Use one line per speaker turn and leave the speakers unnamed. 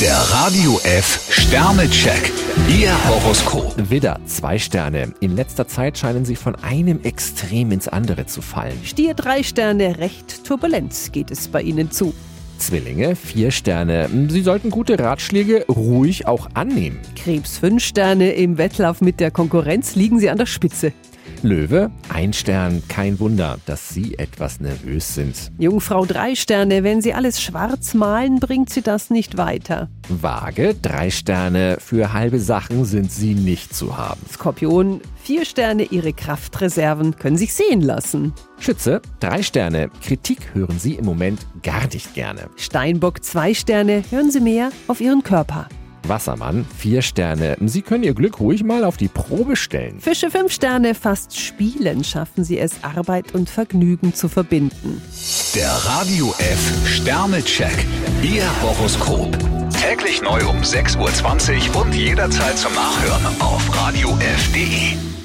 Der Radio F Sternecheck. Ihr Horoskop.
Widder, zwei Sterne. In letzter Zeit scheinen Sie von einem Extrem ins andere zu fallen.
Stier drei Sterne, recht Turbulenz geht es bei Ihnen zu.
Zwillinge, vier Sterne. Hm, Sie sollten gute Ratschläge ruhig auch annehmen.
Krebs fünf Sterne, im Wettlauf mit der Konkurrenz liegen Sie an der Spitze.
Löwe, ein Stern. Kein Wunder, dass Sie etwas nervös sind.
Jungfrau drei Sterne, wenn Sie alles schwarz malen, bringt Sie das nicht weiter.
Waage, drei Sterne. Für halbe Sachen sind Sie nicht zu haben.
Skorpion vier Sterne, Ihre Kraftreserven können sich sehen lassen.
Schütze, drei Sterne. Kritik hören Sie im Moment gar nicht gerne.
Steinbock zwei Sterne, hören Sie mehr auf Ihren Körper.
Wassermann, vier Sterne. Hm, Sie können Ihr Glück ruhig mal auf die Probe stellen.
Fische fünf Sterne, fast spielen schaffen Sie es, Arbeit und Vergnügen zu verbinden.
Der Radio F Sternecheck. Ihr Horoskop. Täglich neu um 6.20 Uhr und jederzeit zum Nachhören auf Radio radiof.de.